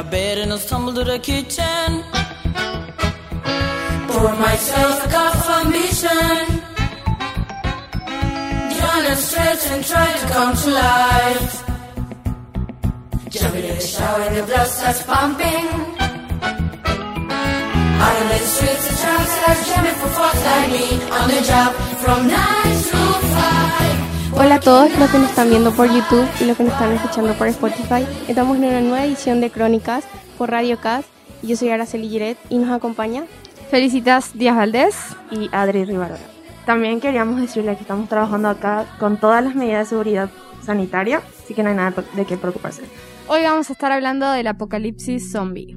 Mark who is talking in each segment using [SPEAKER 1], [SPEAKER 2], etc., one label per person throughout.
[SPEAKER 1] nails tumble to the kitchen. Pour myself a confirmation. Yawn and stretch and try to come to life. Jump in the shower and the blood starts pumping. Out on the streets, the traffic starts jamming for folks like me. On the job from 9 to 5.
[SPEAKER 2] Hola a todos los que nos están viendo por YouTube y los que nos están escuchando por Spotify. Estamos en una nueva edición de Crónicas por Radio Cast. Y Yo soy Araceli Giret y nos acompaña.
[SPEAKER 3] Felicitas Díaz Valdés.
[SPEAKER 4] y Adri Rivarola.
[SPEAKER 3] También queríamos decirle que estamos trabajando acá con todas las medidas de seguridad sanitaria, así que no hay nada de qué preocuparse.
[SPEAKER 4] Hoy vamos a estar hablando del apocalipsis zombie.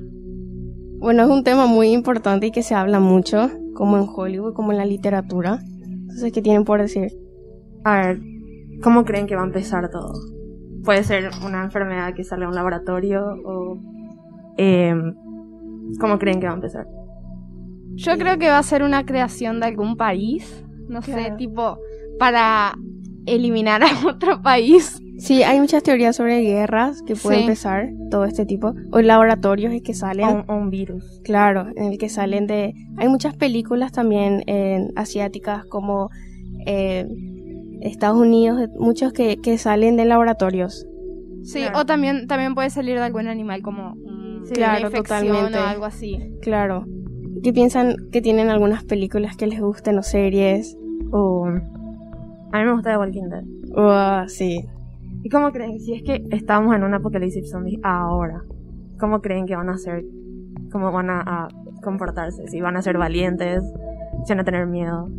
[SPEAKER 2] Bueno, es un tema muy importante y que se habla mucho, como en Hollywood, como en la literatura. Entonces, ¿qué tienen por decir?
[SPEAKER 3] A ver, ¿cómo creen que va a empezar todo? Puede ser una enfermedad que sale a un laboratorio o... em, ¿Cómo creen que va a empezar?
[SPEAKER 4] Yo creo que va a ser una creación de algún país, no sé,
[SPEAKER 3] Claro.
[SPEAKER 4] tipo para eliminar a otro país.
[SPEAKER 2] Sí, hay muchas teorías sobre guerras que puede
[SPEAKER 4] Sí.
[SPEAKER 2] empezar todo este tipo. O laboratorios es que salen.
[SPEAKER 3] O un, o un virus.
[SPEAKER 2] Claro, en el que salen de... Hay muchas películas también eh, asiáticas como eh, Estados Unidos, eh, muchos que, que salen de laboratorios.
[SPEAKER 4] Sí,
[SPEAKER 3] Claro.
[SPEAKER 4] o también también puede salir de algún animal como mm,
[SPEAKER 3] Sí,
[SPEAKER 4] una
[SPEAKER 2] claro,
[SPEAKER 4] infección
[SPEAKER 2] totalmente.
[SPEAKER 4] o algo así.
[SPEAKER 2] Claro. ¿Qué piensan que tienen algunas películas que les gusten o series?
[SPEAKER 3] O... A mí me gusta The Walking Dead.
[SPEAKER 2] Uh, sí.
[SPEAKER 3] ¿Y cómo creen? Si es que estamos en un apocalipsis zombie ahora, ¿cómo creen que van a ser? ¿Cómo van a, a comportarse? ¿Si van a ser valientes? ¿Si van a tener miedo?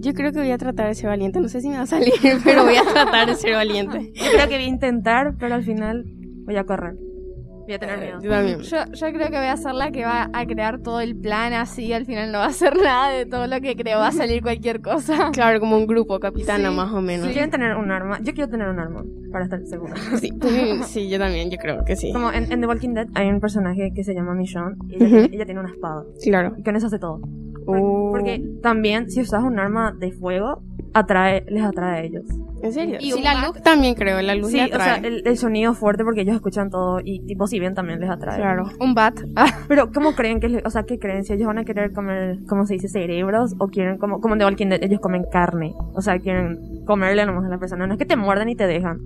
[SPEAKER 2] Yo creo que voy a tratar de ser valiente. No sé si me va a salir, pero voy a tratar de ser valiente.
[SPEAKER 3] Yo creo que voy a intentar, pero al final voy a correr. Voy a tener miedo.
[SPEAKER 2] Yo también.
[SPEAKER 4] Yo, yo creo que voy a ser la que va a crear todo el plan así, al final no va a hacer nada de todo lo que creo, va a salir cualquier cosa.
[SPEAKER 2] Claro, como un grupo, capitana
[SPEAKER 4] Sí,
[SPEAKER 2] más o menos.
[SPEAKER 3] Quieren tener un arma. Yo quiero tener un arma, para estar segura.
[SPEAKER 2] Sí. sí, yo también, yo creo que sí.
[SPEAKER 3] Como en, en The Walking Dead hay un personaje que se llama Michonne y ella,
[SPEAKER 2] Ujú.
[SPEAKER 3] tiene- ella tiene una espada.
[SPEAKER 2] Claro.
[SPEAKER 3] Y con eso hace todo. Por-
[SPEAKER 2] Uh,
[SPEAKER 3] Porque también, si usas un arma de fuego, atrae, les atrae a ellos.
[SPEAKER 2] ¿En serio?
[SPEAKER 4] Y
[SPEAKER 2] sí,
[SPEAKER 4] un
[SPEAKER 2] la
[SPEAKER 4] bat.
[SPEAKER 2] luz también creo, la luz
[SPEAKER 3] Sí,
[SPEAKER 2] le
[SPEAKER 3] o sea,
[SPEAKER 2] atrae.
[SPEAKER 3] el, el sonido fuerte porque ellos escuchan todo y tipo si bien también les atrae.
[SPEAKER 2] Claro.
[SPEAKER 4] Un bat. Ah,
[SPEAKER 3] Pero ¿cómo creen que, le- o sea, qué creen? Si ellos van a querer comer, como se dice, cerebros o quieren como, como en The Walking Dead, ellos comen carne. O sea, quieren comerle nomás a la persona. No es que te muerden y te dejan.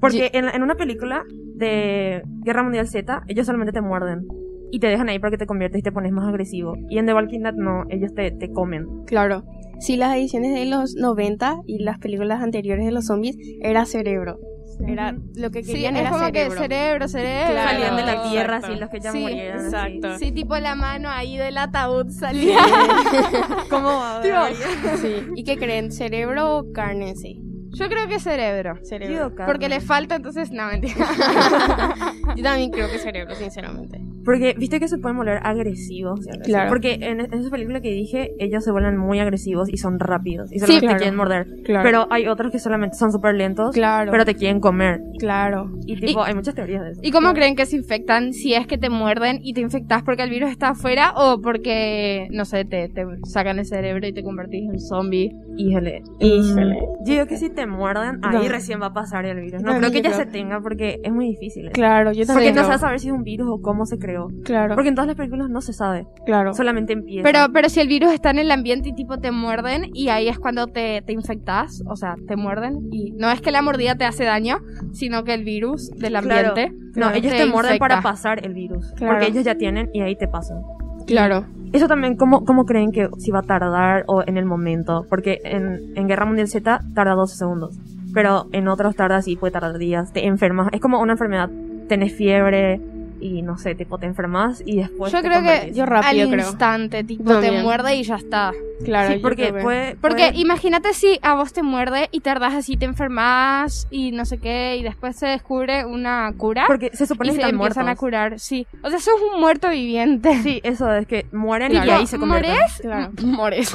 [SPEAKER 3] Porque en, en una película de Guerra Mundial Z, ellos solamente te muerden. Y te dejan ahí para que te conviertas y te pones más agresivo. Y en The Walking Dead no, ellos te, te comen.
[SPEAKER 2] Claro. Sí, las ediciones de los 90 y las películas anteriores de los zombies era cerebro. Era lo que
[SPEAKER 4] Sí,
[SPEAKER 2] querían
[SPEAKER 4] es
[SPEAKER 2] era
[SPEAKER 4] como
[SPEAKER 2] cerebro.
[SPEAKER 4] que cerebro, cerebro.
[SPEAKER 2] Claro.
[SPEAKER 3] Salían de la tierra,
[SPEAKER 2] exacto.
[SPEAKER 3] así los que ya
[SPEAKER 4] Sí,
[SPEAKER 3] murieron. así.
[SPEAKER 2] exacto.
[SPEAKER 4] Sí, tipo la mano ahí del ataúd salía.
[SPEAKER 3] ¿Cómo va?
[SPEAKER 4] Tipo,
[SPEAKER 2] Sí. ¿Y qué creen? ¿Cerebro o carne en sí?
[SPEAKER 4] yo creo que cerebro.
[SPEAKER 2] Cerebro.
[SPEAKER 4] Porque le falta, entonces, no, mentira.
[SPEAKER 2] Yo también creo que cerebro, sinceramente.
[SPEAKER 3] Porque viste que se pueden volver agresivos. ¿cierto?
[SPEAKER 2] Claro.
[SPEAKER 3] Porque en, en esa película que dije, ellos se vuelven muy agresivos y son rápidos. Y solamente
[SPEAKER 2] claro.
[SPEAKER 3] te quieren morder.
[SPEAKER 2] Claro.
[SPEAKER 3] Pero hay otros que solamente son súper lentos,
[SPEAKER 2] claro.
[SPEAKER 3] pero te quieren comer.
[SPEAKER 2] Claro.
[SPEAKER 3] Y tipo, hay muchas teorías de eso.
[SPEAKER 4] ¿Y cómo creen que se infectan si es que te muerden y te infectas porque el virus está afuera o porque, no sé, te, te sacan el cerebro y te convertís en zombie?
[SPEAKER 3] Híjole.
[SPEAKER 2] Híjole.
[SPEAKER 3] Yo digo que si te muerden, ahí
[SPEAKER 2] No.
[SPEAKER 3] recién va a pasar el virus. No
[SPEAKER 2] También
[SPEAKER 3] creo que
[SPEAKER 2] yo
[SPEAKER 3] ya
[SPEAKER 2] creo.
[SPEAKER 3] se tenga porque es muy difícil. eso.
[SPEAKER 2] Claro, yo
[SPEAKER 3] Porque
[SPEAKER 2] también.
[SPEAKER 3] no
[SPEAKER 2] creo.
[SPEAKER 3] sabes saber si es un virus o cómo se creó.
[SPEAKER 2] Claro,
[SPEAKER 3] Porque en todas las películas no se sabe.
[SPEAKER 2] claro.
[SPEAKER 3] Solamente empieza.
[SPEAKER 4] Pero, pero si el virus está en el ambiente y tipo te muerden y ahí es cuando te, te infectas, o sea, te muerden y no es que la mordida te hace daño, sino que el virus del
[SPEAKER 3] Claro.
[SPEAKER 4] ambiente.
[SPEAKER 3] no, ellos te, muerden
[SPEAKER 4] infecta.
[SPEAKER 3] para pasar el virus.
[SPEAKER 2] Claro.
[SPEAKER 3] Porque ellos ya tienen y ahí te pasan.
[SPEAKER 2] Claro.
[SPEAKER 3] Eso también, ¿cómo, ¿cómo creen que si va a tardar o en el momento? Porque en, en Guerra Mundial Z tarda 12 segundos, pero en otros tarda así, puede tardar días, te enfermas. Es como una enfermedad, tenés fiebre y no sé, tipo te enfermas y después...
[SPEAKER 4] Yo
[SPEAKER 3] te
[SPEAKER 4] creo que
[SPEAKER 3] convertís.
[SPEAKER 2] Yo rápido
[SPEAKER 4] al
[SPEAKER 2] creo.
[SPEAKER 4] instante, tipo,
[SPEAKER 2] También.
[SPEAKER 4] te muerde y ya está.
[SPEAKER 2] Claro,
[SPEAKER 3] Ah, Sí,
[SPEAKER 2] yo
[SPEAKER 3] porque
[SPEAKER 2] creo que-
[SPEAKER 3] puede...
[SPEAKER 4] Porque
[SPEAKER 3] puede-
[SPEAKER 4] imagínate si a vos te muerde y tardás así, te enfermas y no sé qué, y después se descubre una cura
[SPEAKER 3] porque se
[SPEAKER 4] y
[SPEAKER 3] supone
[SPEAKER 4] se
[SPEAKER 3] que están
[SPEAKER 4] empiezan
[SPEAKER 3] muertos.
[SPEAKER 4] a curar, sí. O sea, sos un muerto viviente.
[SPEAKER 3] Sí, eso es que mueren
[SPEAKER 4] Claro.
[SPEAKER 3] y ahí se convierten.
[SPEAKER 4] ¿Morés?
[SPEAKER 2] Claro.
[SPEAKER 4] Mores.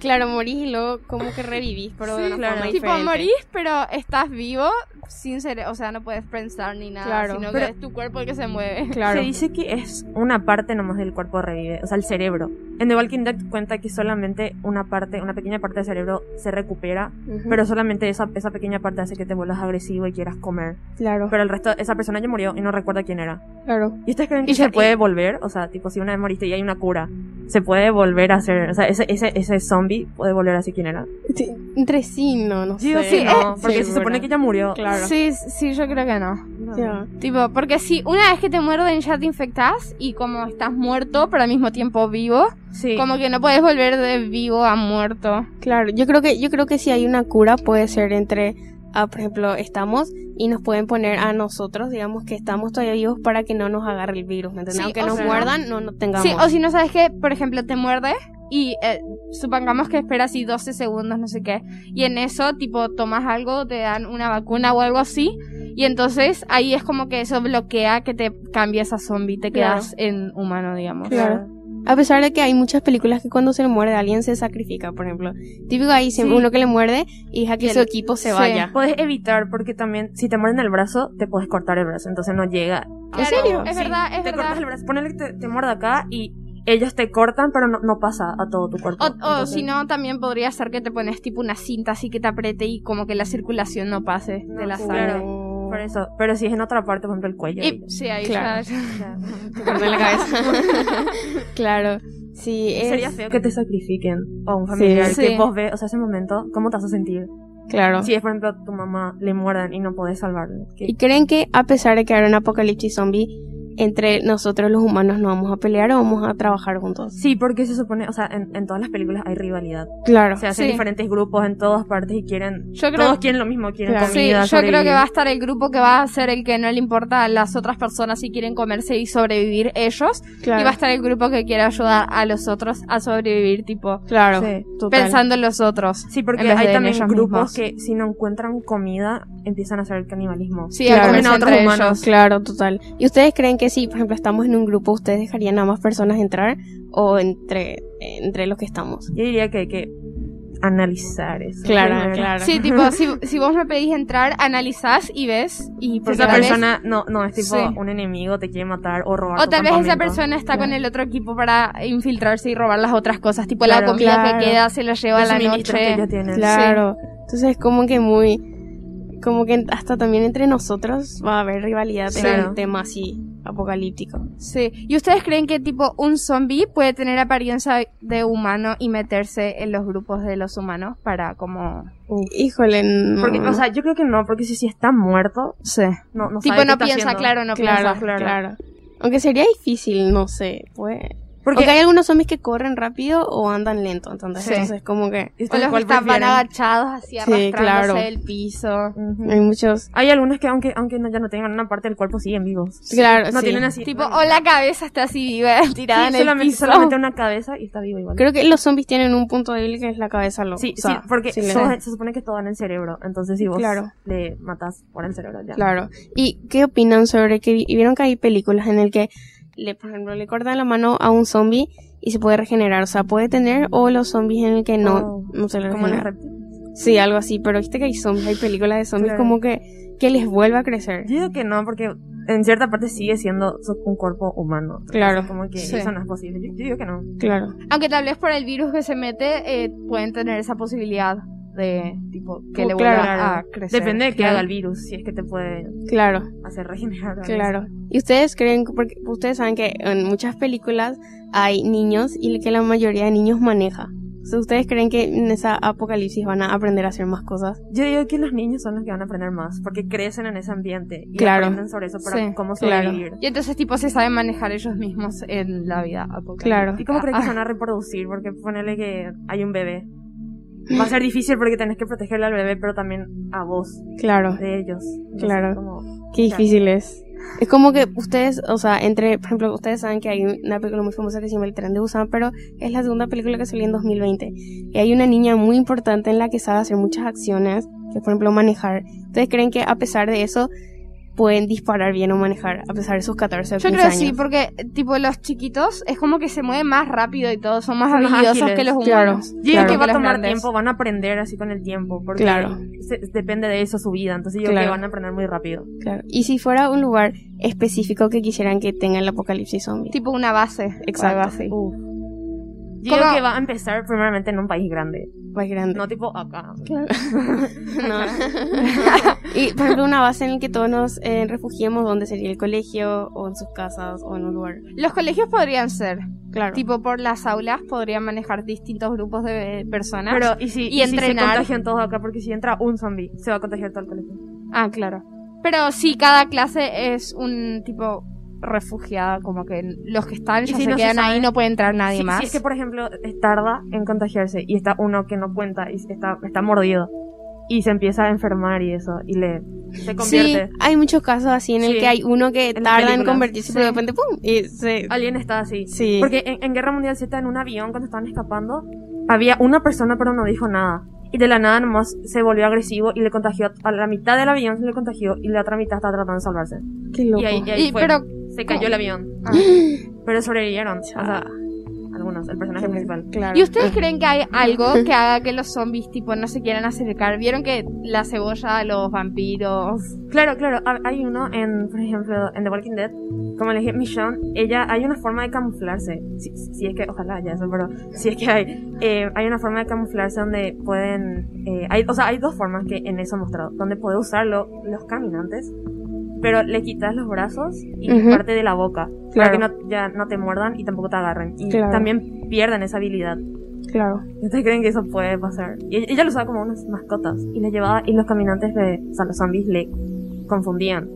[SPEAKER 2] Claro, morís y luego como que revivís, pero de una
[SPEAKER 3] claro.
[SPEAKER 2] forma
[SPEAKER 4] Tipo,
[SPEAKER 2] diferente.
[SPEAKER 4] morís, pero estás vivo, sin ser, o sea, no puedes pensar ni nada,
[SPEAKER 2] Claro,
[SPEAKER 4] sino
[SPEAKER 3] pero-
[SPEAKER 4] que es tu cuerpo el que se mueve.
[SPEAKER 2] Claro.
[SPEAKER 3] Se dice que es una parte nomás del cuerpo revive, o sea, el cerebro. En The Walking Dead cuenta que solamente una parte, una pequeña parte del cerebro se recupera,
[SPEAKER 2] Ujú.
[SPEAKER 3] pero solamente esa, esa pequeña parte hace que te vuelvas agresivo y quieras comer.
[SPEAKER 2] claro,
[SPEAKER 3] Pero el resto, esa persona ya murió y no recuerda quién era.
[SPEAKER 2] claro.
[SPEAKER 3] ¿Y ustedes creen que
[SPEAKER 4] Y
[SPEAKER 3] se
[SPEAKER 4] ya-
[SPEAKER 3] puede volver? O sea, tipo, si una vez moriste y hay una cura, ¿se puede volver a hacer, o sea, ese, ese, ese zombie puede volver a ser quién era?
[SPEAKER 2] Sí, Entre sí, no, no
[SPEAKER 3] Digo,
[SPEAKER 2] sé. Eh,
[SPEAKER 3] sí, no, porque se
[SPEAKER 2] seguro.
[SPEAKER 3] supone que ya murió.
[SPEAKER 2] Claro.
[SPEAKER 4] Sí, sí, yo creo que no.
[SPEAKER 3] No.
[SPEAKER 2] Ya.
[SPEAKER 4] Tipo, porque si una vez que te muerden ya te infectás y como estás muerto, pero al mismo tiempo vivo,
[SPEAKER 3] Sí.
[SPEAKER 4] como que no puedes volver de vivo a muerto.
[SPEAKER 2] Claro, yo creo que yo creo que si hay una cura puede ser entre, ah, por ejemplo, estamos y nos pueden poner a nosotros, digamos que estamos todavía vivos para que no nos agarre el virus, ¿me entiendes?
[SPEAKER 4] Sí,
[SPEAKER 2] Aunque
[SPEAKER 4] o
[SPEAKER 2] nos
[SPEAKER 4] sea-
[SPEAKER 2] muerdan, no, no tengamos.
[SPEAKER 4] Sí, o si no sabes que, por ejemplo, te muerde y eh, supongamos que esperas y 12 segundos, no sé qué, y en eso, tipo, tomas algo, te dan una vacuna o algo así, y entonces ahí es como que eso bloquea que te cambies a zombie, te
[SPEAKER 2] Claro.
[SPEAKER 4] quedas en humano, digamos.
[SPEAKER 2] Claro. A pesar de que hay muchas películas que cuando se le muerde a alguien se sacrifica, por ejemplo. Típico ahí siempre
[SPEAKER 3] Sí.
[SPEAKER 2] uno que le muerde y deja que
[SPEAKER 4] Y el-
[SPEAKER 2] su equipo se
[SPEAKER 4] sí.
[SPEAKER 2] vaya.
[SPEAKER 3] Puedes evitar, porque también, si te muerden el brazo, te puedes cortar el brazo, entonces no llega.
[SPEAKER 2] ¿En serio?
[SPEAKER 4] Es
[SPEAKER 3] Sí,
[SPEAKER 4] verdad, es
[SPEAKER 3] te
[SPEAKER 4] verdad.
[SPEAKER 3] cortas el brazo, ponele que te, te muerda acá y ellos te cortan, pero no, no pasa a todo tu cuerpo.
[SPEAKER 4] O, o
[SPEAKER 3] Entonces,
[SPEAKER 4] si no, también podría ser que te pones tipo una cinta así que te apriete y como que la circulación no pase
[SPEAKER 3] No,
[SPEAKER 4] de la
[SPEAKER 3] claro.
[SPEAKER 4] sangre.
[SPEAKER 2] Oh.
[SPEAKER 3] Por eso, pero si es en otra parte, por ejemplo, el cuello.
[SPEAKER 4] Y, sí, ahí
[SPEAKER 2] Claro.
[SPEAKER 4] ya-
[SPEAKER 3] o sea,
[SPEAKER 2] Te cortó en la cabeza. claro. Sí, es...
[SPEAKER 3] Sería feo que te sacrifiquen o a un familiar
[SPEAKER 4] Sí.
[SPEAKER 3] que
[SPEAKER 4] Sí.
[SPEAKER 3] vos ves, o sea, ese momento, ¿cómo te vas a sentir?
[SPEAKER 2] Claro.
[SPEAKER 3] Si es, por ejemplo, tu mamá le muerdan y no podés salvarle. ¿qué?
[SPEAKER 2] ¿Y creen que a pesar de que habrá un apocalipsis zombie, entre nosotros los humanos no vamos a pelear o vamos a trabajar juntos?
[SPEAKER 3] Sí, porque se supone, o sea, en, en todas las películas hay rivalidad.
[SPEAKER 2] Claro.
[SPEAKER 3] Se hacen
[SPEAKER 4] Sí.
[SPEAKER 3] diferentes grupos en todas partes y quieren...
[SPEAKER 4] Yo creo
[SPEAKER 3] Todos quieren lo mismo, quieren
[SPEAKER 2] Claro.
[SPEAKER 4] Sí,
[SPEAKER 3] comida,
[SPEAKER 4] yo creo que
[SPEAKER 3] sobrevivir.
[SPEAKER 4] va a estar el grupo que va a ser el que no le importa a las otras personas si quieren comerse y sobrevivir ellos. Y va a
[SPEAKER 2] claro.
[SPEAKER 4] estar el grupo que quiere ayudar a los otros a sobrevivir, tipo,
[SPEAKER 2] Claro.
[SPEAKER 3] Sí.
[SPEAKER 2] Total.
[SPEAKER 4] pensando en los otros.
[SPEAKER 3] Sí, porque
[SPEAKER 4] en vez de
[SPEAKER 3] hay
[SPEAKER 4] en
[SPEAKER 3] también
[SPEAKER 4] ellos
[SPEAKER 3] grupos
[SPEAKER 4] mismos.
[SPEAKER 3] que si no encuentran comida empiezan a hacer el canibalismo.
[SPEAKER 4] Sí,
[SPEAKER 2] Claro.
[SPEAKER 4] a
[SPEAKER 3] Comen a
[SPEAKER 4] comerse
[SPEAKER 3] otros
[SPEAKER 4] entre
[SPEAKER 3] humanos.
[SPEAKER 4] ellos.
[SPEAKER 2] Claro, total. ¿Y ustedes creen que si, por ejemplo, estamos en un grupo, ustedes dejarían a más personas entrar o entre, entre los que estamos?
[SPEAKER 3] Yo diría que hay que analizar eso.
[SPEAKER 2] Claro,
[SPEAKER 3] Primero.
[SPEAKER 2] claro.
[SPEAKER 4] Sí, tipo, si, si vos me pedís entrar, analizás y ves. Y
[SPEAKER 3] Si
[SPEAKER 4] por
[SPEAKER 3] esa
[SPEAKER 4] tal vez-
[SPEAKER 3] persona no, no es tipo
[SPEAKER 4] Sí.
[SPEAKER 3] un enemigo, te quiere matar o robar.
[SPEAKER 4] O
[SPEAKER 3] tu
[SPEAKER 4] tal vez esa
[SPEAKER 3] campamento.
[SPEAKER 4] persona está
[SPEAKER 3] Claro.
[SPEAKER 4] con el otro equipo para infiltrarse y robar las otras cosas, tipo
[SPEAKER 3] Claro.
[SPEAKER 4] la comida
[SPEAKER 2] Claro.
[SPEAKER 4] que queda se la lleva a
[SPEAKER 3] Los
[SPEAKER 4] la
[SPEAKER 3] suministros que
[SPEAKER 4] noche.
[SPEAKER 3] ellos tienen.
[SPEAKER 2] Claro. Entonces, como que muy. Como que hasta también entre nosotros va a haber rivalidad en
[SPEAKER 3] Claro.
[SPEAKER 2] el tema así apocalíptico.
[SPEAKER 4] Sí. ¿Y ustedes creen que tipo un zombie puede tener apariencia de humano y meterse en los grupos de los humanos para como...
[SPEAKER 2] Híjole, no.
[SPEAKER 4] Mm.
[SPEAKER 3] Porque, o sea, yo creo que no, porque si, si está muerto,
[SPEAKER 4] Sí.
[SPEAKER 3] no, no
[SPEAKER 4] Tipo
[SPEAKER 3] sabe qué
[SPEAKER 4] no
[SPEAKER 3] está
[SPEAKER 4] piensa,
[SPEAKER 3] haciendo.
[SPEAKER 4] claro, no
[SPEAKER 2] claro,
[SPEAKER 4] piensa.
[SPEAKER 2] claro, Aunque sería difícil, no sé. Pues.
[SPEAKER 3] Porque
[SPEAKER 2] Porque hay algunos zombies que corren rápido o andan lento. Entonces,
[SPEAKER 4] Sí.
[SPEAKER 2] entonces como que.
[SPEAKER 4] O
[SPEAKER 3] ¿y ustedes
[SPEAKER 4] los que
[SPEAKER 3] cuál
[SPEAKER 4] están van
[SPEAKER 3] prefieren?
[SPEAKER 4] agachados así arrastrándose
[SPEAKER 2] claro.
[SPEAKER 4] del piso.
[SPEAKER 3] Ujú.
[SPEAKER 2] Hay muchos.
[SPEAKER 3] Hay algunos que aunque, aunque no, ya no tengan una parte del cuerpo, siguen vivos.
[SPEAKER 2] Claro,
[SPEAKER 3] no
[SPEAKER 2] sí.
[SPEAKER 3] tienen así.
[SPEAKER 4] Tipo, o la cabeza está así viva, tirada
[SPEAKER 3] Sí,
[SPEAKER 4] en el
[SPEAKER 3] solamente,
[SPEAKER 4] piso.
[SPEAKER 3] solamente una cabeza y está vivo igual.
[SPEAKER 2] Creo que los zombies tienen un punto débil que es la cabeza loca.
[SPEAKER 3] Sí,
[SPEAKER 2] o sea,
[SPEAKER 3] sí, porque
[SPEAKER 2] le-
[SPEAKER 3] todo- se supone que todo va en el cerebro. Entonces, si vos
[SPEAKER 2] Claro.
[SPEAKER 3] le matas por el cerebro ya.
[SPEAKER 2] Claro. ¿Y qué opinan sobre que vi- vieron que hay películas en el que le, por ejemplo, le cortan la mano a un zombie y se puede regenerar, o sea, puede tener o los zombies en el que no
[SPEAKER 3] Oh,
[SPEAKER 2] no se le
[SPEAKER 3] Como los
[SPEAKER 2] regenera.
[SPEAKER 3] reptiles.
[SPEAKER 2] Sí, algo así, pero viste que hay zombies, hay películas de zombies
[SPEAKER 3] Claro.
[SPEAKER 2] como que que les vuelve a crecer.
[SPEAKER 3] Yo digo que no, porque en cierta parte sigue siendo so- un cuerpo humano.
[SPEAKER 2] Claro.
[SPEAKER 3] Entonces, Como que
[SPEAKER 4] Sí.
[SPEAKER 3] eso no es posible. Yo, yo digo que no.
[SPEAKER 2] Claro.
[SPEAKER 4] Aunque tal vez por el virus que se mete, eh, pueden tener esa posibilidad de, tipo, que
[SPEAKER 2] Pues
[SPEAKER 4] le
[SPEAKER 2] claro.
[SPEAKER 4] vuelva a crecer.
[SPEAKER 3] Depende de qué
[SPEAKER 2] Claro.
[SPEAKER 3] haga el virus, si es que te puede
[SPEAKER 2] Claro.
[SPEAKER 3] hacer regenerar.
[SPEAKER 2] Claro. ¿Y ustedes creen, porque ustedes saben que en muchas películas hay niños y que la mayoría de niños maneja? O sea, ¿Ustedes creen que en esa apocalipsis van a aprender a hacer más cosas?
[SPEAKER 3] Yo digo que los niños son los que van a aprender más, porque crecen en ese ambiente y
[SPEAKER 2] Claro.
[SPEAKER 3] aprenden sobre eso para
[SPEAKER 4] Sí,
[SPEAKER 3] cómo
[SPEAKER 2] claro.
[SPEAKER 3] sobrevivir.
[SPEAKER 4] Y entonces, tipo, se saben manejar ellos mismos en la vida apocalíptica.
[SPEAKER 2] Claro.
[SPEAKER 3] ¿Y cómo crees que
[SPEAKER 4] Ah,
[SPEAKER 3] se van a reproducir? Porque ponele que hay un bebé. Va a ser difícil porque tenés que protegerle al bebé, pero también a vos,
[SPEAKER 2] Claro,
[SPEAKER 3] de ellos. Entonces,
[SPEAKER 2] Claro.
[SPEAKER 3] como-
[SPEAKER 2] qué difícil es. Es como que ustedes, o sea, entre, por ejemplo, ustedes saben que hay una película muy famosa que se llama El tren de Busan, pero es la segunda película que salió en 2020. Y hay una niña muy importante en la que sabe hacer muchas acciones, que es, por ejemplo manejar. ¿Ustedes creen que a pesar de eso, pueden disparar bien o manejar a pesar de sus 14 o
[SPEAKER 4] Yo
[SPEAKER 2] 15
[SPEAKER 4] creo que
[SPEAKER 2] años.
[SPEAKER 4] sí, porque tipo los chiquitos es como que se mueven más rápido y todo, son más
[SPEAKER 3] Son más
[SPEAKER 4] habilidosos
[SPEAKER 3] ágiles,
[SPEAKER 4] que los
[SPEAKER 2] claro.
[SPEAKER 4] humanos.
[SPEAKER 3] Yo digo
[SPEAKER 2] Claro.
[SPEAKER 4] que
[SPEAKER 3] que va a
[SPEAKER 4] los
[SPEAKER 3] tomar
[SPEAKER 4] grandes.
[SPEAKER 3] tiempo, van a aprender así con el tiempo, porque
[SPEAKER 2] Claro.
[SPEAKER 3] se- depende de eso su vida, entonces yo creo
[SPEAKER 2] Claro.
[SPEAKER 3] que van a aprender muy rápido.
[SPEAKER 2] Claro. Y si fuera un lugar específico que quisieran que tenga el apocalipsis zombie.
[SPEAKER 4] Tipo una base.
[SPEAKER 2] Exacto.
[SPEAKER 4] O algo así.
[SPEAKER 3] Uf. Yo creo
[SPEAKER 4] ¿Cómo?
[SPEAKER 3] que va a empezar primeramente en un país grande,
[SPEAKER 2] Más grande.
[SPEAKER 3] no tipo acá.
[SPEAKER 2] No. y por ejemplo, una base en la que todos nos eh, refugiemos, donde sería el colegio, o en sus casas, o en un lugar.
[SPEAKER 4] Los colegios podrían ser,
[SPEAKER 2] Claro.
[SPEAKER 4] tipo por las aulas podrían manejar distintos grupos de personas.
[SPEAKER 3] Pero, ¿y si,
[SPEAKER 4] Y
[SPEAKER 3] y si
[SPEAKER 4] entrenar.
[SPEAKER 3] se contagian todos acá? Porque si entra un zombie, se va a contagiar todo el colegio.
[SPEAKER 4] ah, claro. Pero sí, cada clase es un tipo refugiada, como que los que están
[SPEAKER 3] Y
[SPEAKER 4] ya
[SPEAKER 3] si
[SPEAKER 4] se
[SPEAKER 3] no se
[SPEAKER 4] quedan ahí,
[SPEAKER 3] sabe-
[SPEAKER 4] no puede entrar nadie
[SPEAKER 3] Si-
[SPEAKER 4] más.
[SPEAKER 3] Si es que, por ejemplo, es- tarda en contagiarse y está uno que no cuenta y está, está mordido y se empieza a enfermar y eso, y le se
[SPEAKER 2] Sí,
[SPEAKER 3] convierte.
[SPEAKER 2] hay muchos casos así en el
[SPEAKER 3] Sí.
[SPEAKER 2] que hay uno que
[SPEAKER 3] En las
[SPEAKER 2] tarda en
[SPEAKER 3] películas.
[SPEAKER 2] convertirse, pero de repente ¡pum! Y se...
[SPEAKER 3] Alguien está así.
[SPEAKER 2] Sí.
[SPEAKER 3] Porque en, en Guerra Mundial Z, en un avión, cuando estaban escapando, había una persona, pero no dijo nada. Y de la nada nomás se volvió agresivo y le contagió a la mitad del avión, se le contagió y la otra mitad estaba tratando de salvarse.
[SPEAKER 2] Qué loco.
[SPEAKER 3] Y ahí, y ahí
[SPEAKER 4] Y-
[SPEAKER 3] fue.
[SPEAKER 4] pero-
[SPEAKER 3] se cayó el avión. Ah.
[SPEAKER 4] Ah.
[SPEAKER 3] Pero sobrevivieron. O sea,
[SPEAKER 2] Chao.
[SPEAKER 3] algunos, el personaje principal.
[SPEAKER 2] Claro.
[SPEAKER 4] ¿Y ustedes creen que hay algo que haga que los zombies tipo no se quieran acercar? ¿Vieron que la cebolla a los vampiros?
[SPEAKER 3] Claro, claro. ha- Hay uno en, por ejemplo, en The Walking Dead. Como le dije, Michonne, ella, hay una forma de camuflarse. Si, si es que, ojalá ya eso, pero si es que hay. Eh, hay una forma de camuflarse donde pueden. eh, hay, o sea, hay dos formas que en eso he mostrado. Donde puede usarlo los caminantes, pero le quitas los brazos y
[SPEAKER 2] Ujú.
[SPEAKER 3] parte de la boca.
[SPEAKER 2] Claro.
[SPEAKER 3] Para que no, ya no te muerdan y tampoco te agarren. Y
[SPEAKER 2] Claro.
[SPEAKER 3] también pierden esa habilidad.
[SPEAKER 2] Claro.
[SPEAKER 3] ¿Ustedes creen que eso puede pasar? Y ella lo usaba como unas mascotas y les llevaba y los caminantes de o sea, los zombies le confundían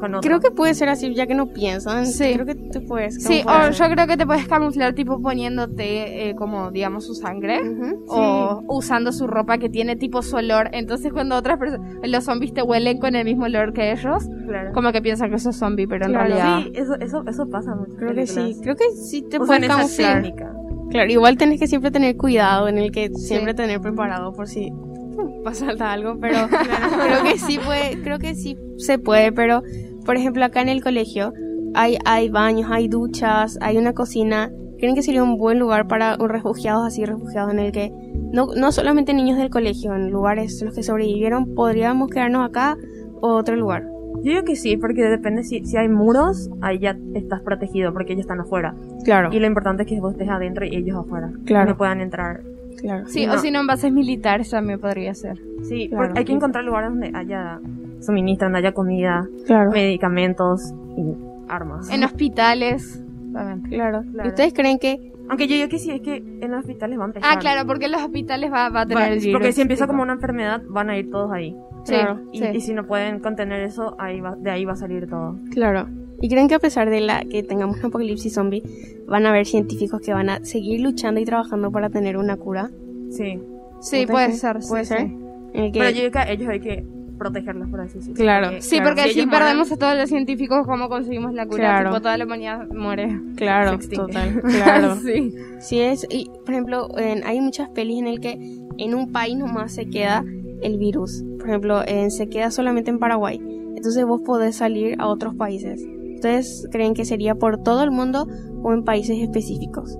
[SPEAKER 3] con otros.
[SPEAKER 2] Creo que puede ser así, ya que no piensan.
[SPEAKER 4] Sí.
[SPEAKER 2] Creo que te puedes.
[SPEAKER 4] Sí,
[SPEAKER 3] oh,
[SPEAKER 2] camuflar.
[SPEAKER 4] o yo creo que te puedes camuflar tipo poniéndote eh, como digamos su sangre
[SPEAKER 2] Ujú.
[SPEAKER 4] o usando su ropa que tiene tipo su olor. Entonces cuando otras personas, los zombies te huelen con el mismo olor que ellos,
[SPEAKER 3] Claro.
[SPEAKER 4] como que piensan que sos zombie, pero en
[SPEAKER 2] Claro.
[SPEAKER 4] realidad...
[SPEAKER 3] Sí, eso, eso, eso pasa mucho.
[SPEAKER 2] Creo que sí. Creo que sí te
[SPEAKER 3] Usan
[SPEAKER 2] puedes
[SPEAKER 3] esa
[SPEAKER 2] camuflar.
[SPEAKER 3] técnica.
[SPEAKER 2] Claro, igual tenés que siempre tener cuidado, en el que siempre tener preparado por si pasa algo, pero creo que sí puede, creo que sí se puede, pero por ejemplo acá en el colegio hay, hay baños, hay duchas, hay una cocina. ¿Creen que sería un buen lugar para un refugiados así, refugiados en el que no, no solamente niños del colegio, en lugares los que sobrevivieron, podríamos quedarnos acá o otro lugar?
[SPEAKER 3] Yo digo que sí, porque depende si, si hay muros, ahí ya estás protegido porque ellos están afuera.
[SPEAKER 2] Claro,
[SPEAKER 3] Y lo importante es que vos estés adentro y ellos afuera.
[SPEAKER 2] Claro.
[SPEAKER 3] No puedan entrar.
[SPEAKER 2] claro.
[SPEAKER 4] Sí, o
[SPEAKER 3] No.
[SPEAKER 4] si no en bases militares también podría ser.
[SPEAKER 3] Sí,
[SPEAKER 2] Claro.
[SPEAKER 3] porque hay que encontrar lugares donde haya suministro, donde haya comida,
[SPEAKER 2] claro.
[SPEAKER 3] medicamentos y armas.
[SPEAKER 4] En hospitales también.
[SPEAKER 2] Claro.
[SPEAKER 3] Claro.
[SPEAKER 2] ¿Ustedes creen que
[SPEAKER 3] Aunque yo digo que sí, es que en los hospitales van a empezar.
[SPEAKER 4] Ah, claro, porque en los hospitales va, va a tener
[SPEAKER 3] Va-
[SPEAKER 4] el virus.
[SPEAKER 3] porque si empieza
[SPEAKER 4] tipo.
[SPEAKER 3] como una enfermedad, van a ir todos ahí.
[SPEAKER 4] Sí,
[SPEAKER 2] Claro.
[SPEAKER 3] Y,
[SPEAKER 4] sí.
[SPEAKER 3] y si no pueden contener eso, ahí va- de ahí va a salir todo.
[SPEAKER 2] Claro. ¿Y creen que a pesar de la que tengamos un apocalipsis zombie, van a haber científicos que van a seguir luchando y trabajando para tener una cura?
[SPEAKER 3] Sí.
[SPEAKER 4] Sí,
[SPEAKER 2] ¿Ustedes
[SPEAKER 4] puede
[SPEAKER 2] creen?
[SPEAKER 4] ser. sí,
[SPEAKER 2] Puede ser.
[SPEAKER 4] Sí,
[SPEAKER 2] En el que-
[SPEAKER 3] Pero yo digo que a ellos hay que protegerlos, por así decirlo.
[SPEAKER 2] Claro.
[SPEAKER 4] Sí,
[SPEAKER 3] claro,
[SPEAKER 4] porque si,
[SPEAKER 3] ellos
[SPEAKER 4] perdemos a todos los científicos, ¿cómo conseguimos la cura?
[SPEAKER 2] Claro.
[SPEAKER 4] Tipo, toda la humanidad muere.
[SPEAKER 2] claro,
[SPEAKER 3] se extingue.
[SPEAKER 2] total, claro.
[SPEAKER 4] sí.
[SPEAKER 2] Sí es, y por ejemplo, en- hay muchas pelis en el que en un país nomás se queda el virus. Por ejemplo, en- se queda solamente en Paraguay. Entonces vos podés salir a otros países. ¿Ustedes creen que sería por todo el mundo o en países específicos?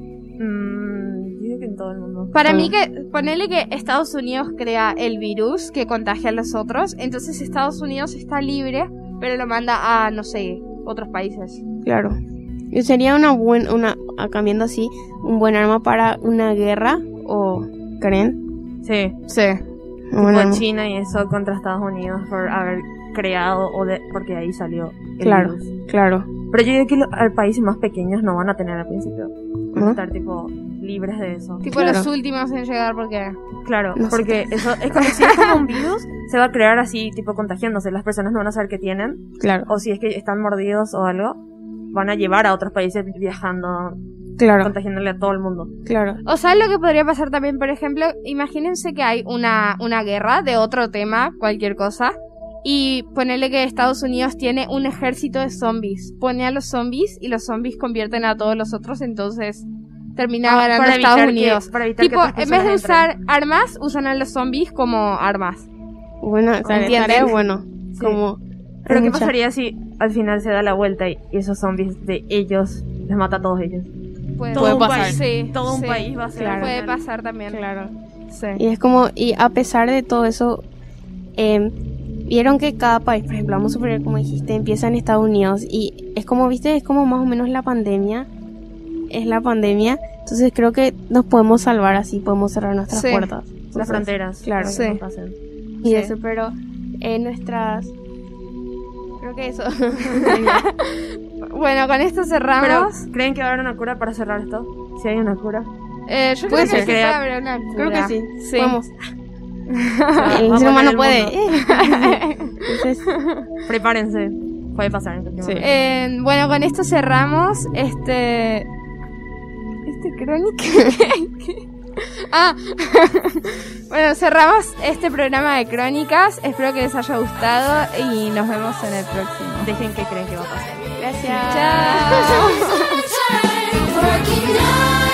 [SPEAKER 3] mueren. Mm, yo digo que en todo el mundo.
[SPEAKER 4] Para
[SPEAKER 2] Ah.
[SPEAKER 4] mí que, ponele que Estados Unidos crea el virus que contagia a los otros, entonces Estados Unidos está libre, pero lo manda a, no sé, otros países.
[SPEAKER 2] Claro. Y sería una buena, una, ah, cambiando así, un buen arma para una guerra o, ¿creen?
[SPEAKER 3] Sí.
[SPEAKER 4] Sí.
[SPEAKER 2] Un buen
[SPEAKER 3] Con
[SPEAKER 2] arma.
[SPEAKER 3] China y eso contra Estados Unidos por haber creado o de, porque de ahí salió el
[SPEAKER 2] Claro.
[SPEAKER 3] virus.
[SPEAKER 2] Claro.
[SPEAKER 3] Pero yo digo que los países más pequeños no van a tener al principio. Van
[SPEAKER 2] ¿No?
[SPEAKER 3] a estar tipo libres de eso.
[SPEAKER 4] Tipo
[SPEAKER 2] Claro.
[SPEAKER 4] los últimos en llegar porque...
[SPEAKER 3] Claro,
[SPEAKER 2] No sé
[SPEAKER 3] porque eso es como si es como un virus, se va a crear así, tipo contagiándose. Las personas no van a saber qué tienen,
[SPEAKER 2] Claro.
[SPEAKER 3] o si es que están mordidos o algo, van a llevar a otros países viajando,
[SPEAKER 2] Claro.
[SPEAKER 3] contagiándole a todo el mundo.
[SPEAKER 2] Claro.
[SPEAKER 4] O sea, lo que podría pasar también, por ejemplo, imagínense que hay una, una guerra de otro tema, cualquier cosa, y ponerle que Estados Unidos tiene un ejército de zombies. Pone a los zombies y los zombies convierten a todos los otros, entonces termina ganando
[SPEAKER 3] Ah, para evitar
[SPEAKER 4] Estados
[SPEAKER 3] que-
[SPEAKER 4] Unidos.
[SPEAKER 3] para evitar que
[SPEAKER 4] Tipo,
[SPEAKER 3] otras
[SPEAKER 4] en vez de
[SPEAKER 3] personas
[SPEAKER 4] usar armas, usan a los zombies como armas.
[SPEAKER 2] Bueno, estaría,
[SPEAKER 4] ¿Entienden?
[SPEAKER 2] estaría bueno.
[SPEAKER 3] Sí.
[SPEAKER 2] Como
[SPEAKER 3] Pero ¿qué
[SPEAKER 2] mucha.
[SPEAKER 3] pasaría si al final se da la vuelta y, y esos zombies de ellos les mata a todos ellos?
[SPEAKER 4] Puede,
[SPEAKER 2] Todo un
[SPEAKER 4] pasar.
[SPEAKER 2] país.
[SPEAKER 4] Sí,
[SPEAKER 3] Todo un
[SPEAKER 4] sí.
[SPEAKER 3] país va a ser
[SPEAKER 4] Claro.
[SPEAKER 3] al
[SPEAKER 4] Puede
[SPEAKER 3] final.
[SPEAKER 4] pasar también.
[SPEAKER 2] Claro.
[SPEAKER 4] Sí.
[SPEAKER 2] Y es como, y a pesar de todo eso, eh, vieron que cada país, por ejemplo, vamos a suponer, como dijiste, empieza en Estados Unidos y es como, viste, es como más o menos la pandemia. Es la pandemia. Entonces creo que nos podemos salvar así, podemos cerrar nuestras
[SPEAKER 4] Sí.
[SPEAKER 2] puertas.
[SPEAKER 3] Las
[SPEAKER 2] Entonces,
[SPEAKER 3] fronteras.
[SPEAKER 2] claro.
[SPEAKER 3] para que no
[SPEAKER 4] Sí.
[SPEAKER 3] pasen.
[SPEAKER 2] Y
[SPEAKER 4] Sí.
[SPEAKER 2] eso, pero en nuestras. Creo que eso.
[SPEAKER 4] Bueno, con esto
[SPEAKER 3] Pero,
[SPEAKER 4] cerramos.
[SPEAKER 3] ¿creen que va a haber una cura para cerrar esto? Si hay una cura.
[SPEAKER 4] Eh, yo
[SPEAKER 2] Puede
[SPEAKER 4] creo que
[SPEAKER 2] ser.
[SPEAKER 4] sí puede haber una
[SPEAKER 2] Creo
[SPEAKER 4] cura.
[SPEAKER 2] que sí.
[SPEAKER 4] Sí.
[SPEAKER 2] Vamos. el
[SPEAKER 3] Vamos
[SPEAKER 2] ser
[SPEAKER 3] a
[SPEAKER 2] humano
[SPEAKER 3] poner
[SPEAKER 2] puede.
[SPEAKER 3] el mundo.
[SPEAKER 2] Entonces,
[SPEAKER 3] Prepárense. Puede pasar en cualquier
[SPEAKER 2] Sí.
[SPEAKER 3] momento.
[SPEAKER 4] Eh, bueno, con esto cerramos. Este. Este crónica. ah. bueno, cerramos este programa de crónicas. Espero que les haya gustado y nos vemos en el próximo.
[SPEAKER 3] Dejen que creen que va a pasar.
[SPEAKER 2] gracias.
[SPEAKER 4] Chao.
[SPEAKER 1] Working out.